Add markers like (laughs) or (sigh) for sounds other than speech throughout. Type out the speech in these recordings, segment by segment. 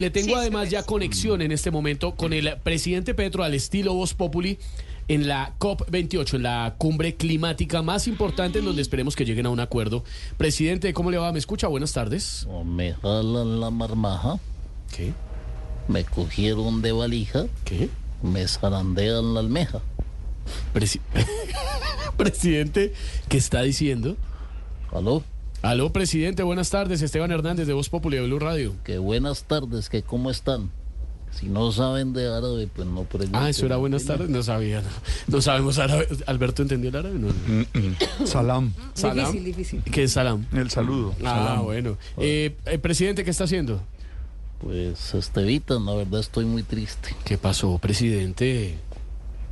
Le tengo además ya conexión en este momento con el presidente Petro al estilo Voz Populi en la COP28, en la cumbre climática más importante en donde esperemos que lleguen a un acuerdo. Presidente, ¿cómo le va? ¿Me escucha? Buenas tardes. O me jalan la marmaja, ¿Qué? me cogieron de valija, ¿Qué? me zarandean la almeja. Presi- (laughs) presidente, ¿qué está diciendo? ¿Aló? Aló, presidente, buenas tardes. Esteban Hernández de Voz Populi de Blue Radio. Que buenas tardes, que cómo están. Si no saben de árabe, pues no pregunten. Ah, eso era buenas tardes. No sabía. No, No sabemos árabe. ¿Alberto entendió el árabe? No. Salam, Salam. Difícil, difícil. ¿Qué es salam? el saludo. Ah, bueno. Eh, eh, presidente, ¿qué está haciendo? Pues Estevitan, la verdad estoy muy triste. ¿Qué pasó, presidente?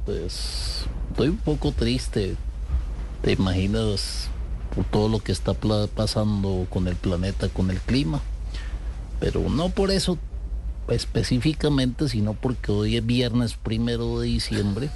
Pues estoy un poco triste. ¿Te imaginas por todo lo que está pla- pasando con el planeta, con el clima? Pero no por eso específicamente, sino porque hoy es viernes primero de diciembre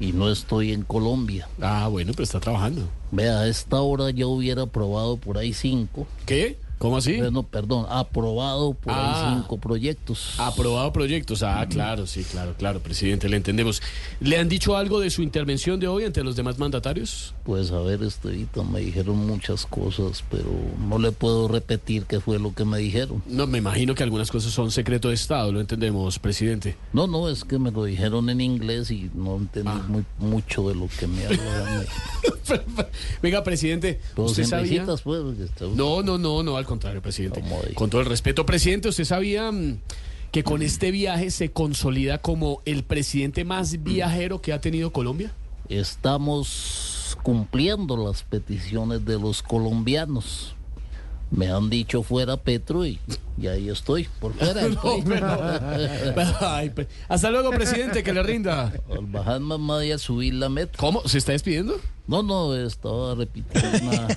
y no estoy en Colombia. Ah, bueno, pero está trabajando. Vea, a esta hora yo hubiera aprobado por ahí cinco. ¿Qué? ¿Cómo así? Bueno, perdón, aprobado por Ah. ahí cinco proyectos. Aprobado proyectos. Ah, claro, sí, claro, claro, presidente, le entendemos. ¿Le han dicho algo de su intervención de hoy ante los demás mandatarios? Pues a ver, Estevita, me dijeron muchas cosas, pero no le puedo repetir qué fue lo que me dijeron. No, me imagino que algunas cosas son secreto de Estado, lo entendemos, presidente. (laughs) No, no, es que me lo dijeron en inglés y no entendí Ah. muy, mucho de lo (laughs) que me hablaban. Venga, presidente, Todos ¿usted en sabía? risitas, pues. porque está- No, no, no, no, al contrario, presidente. Como dije. Con todo el respeto, presidente, ¿usted sabía mm, que con este viaje se consolida como el presidente más viajero que ha tenido Colombia? Estamos cumpliendo las peticiones de los colombianos. Me han dicho fuera Petro y, y ahí estoy, por (laughs) fuera. estoy. Ay, pre- hasta luego, presidente, que le rinda. Al bajar mamá y al subir la meta. ¿Cómo? ¿Se está despidiendo? No, no, estaba repitiendo una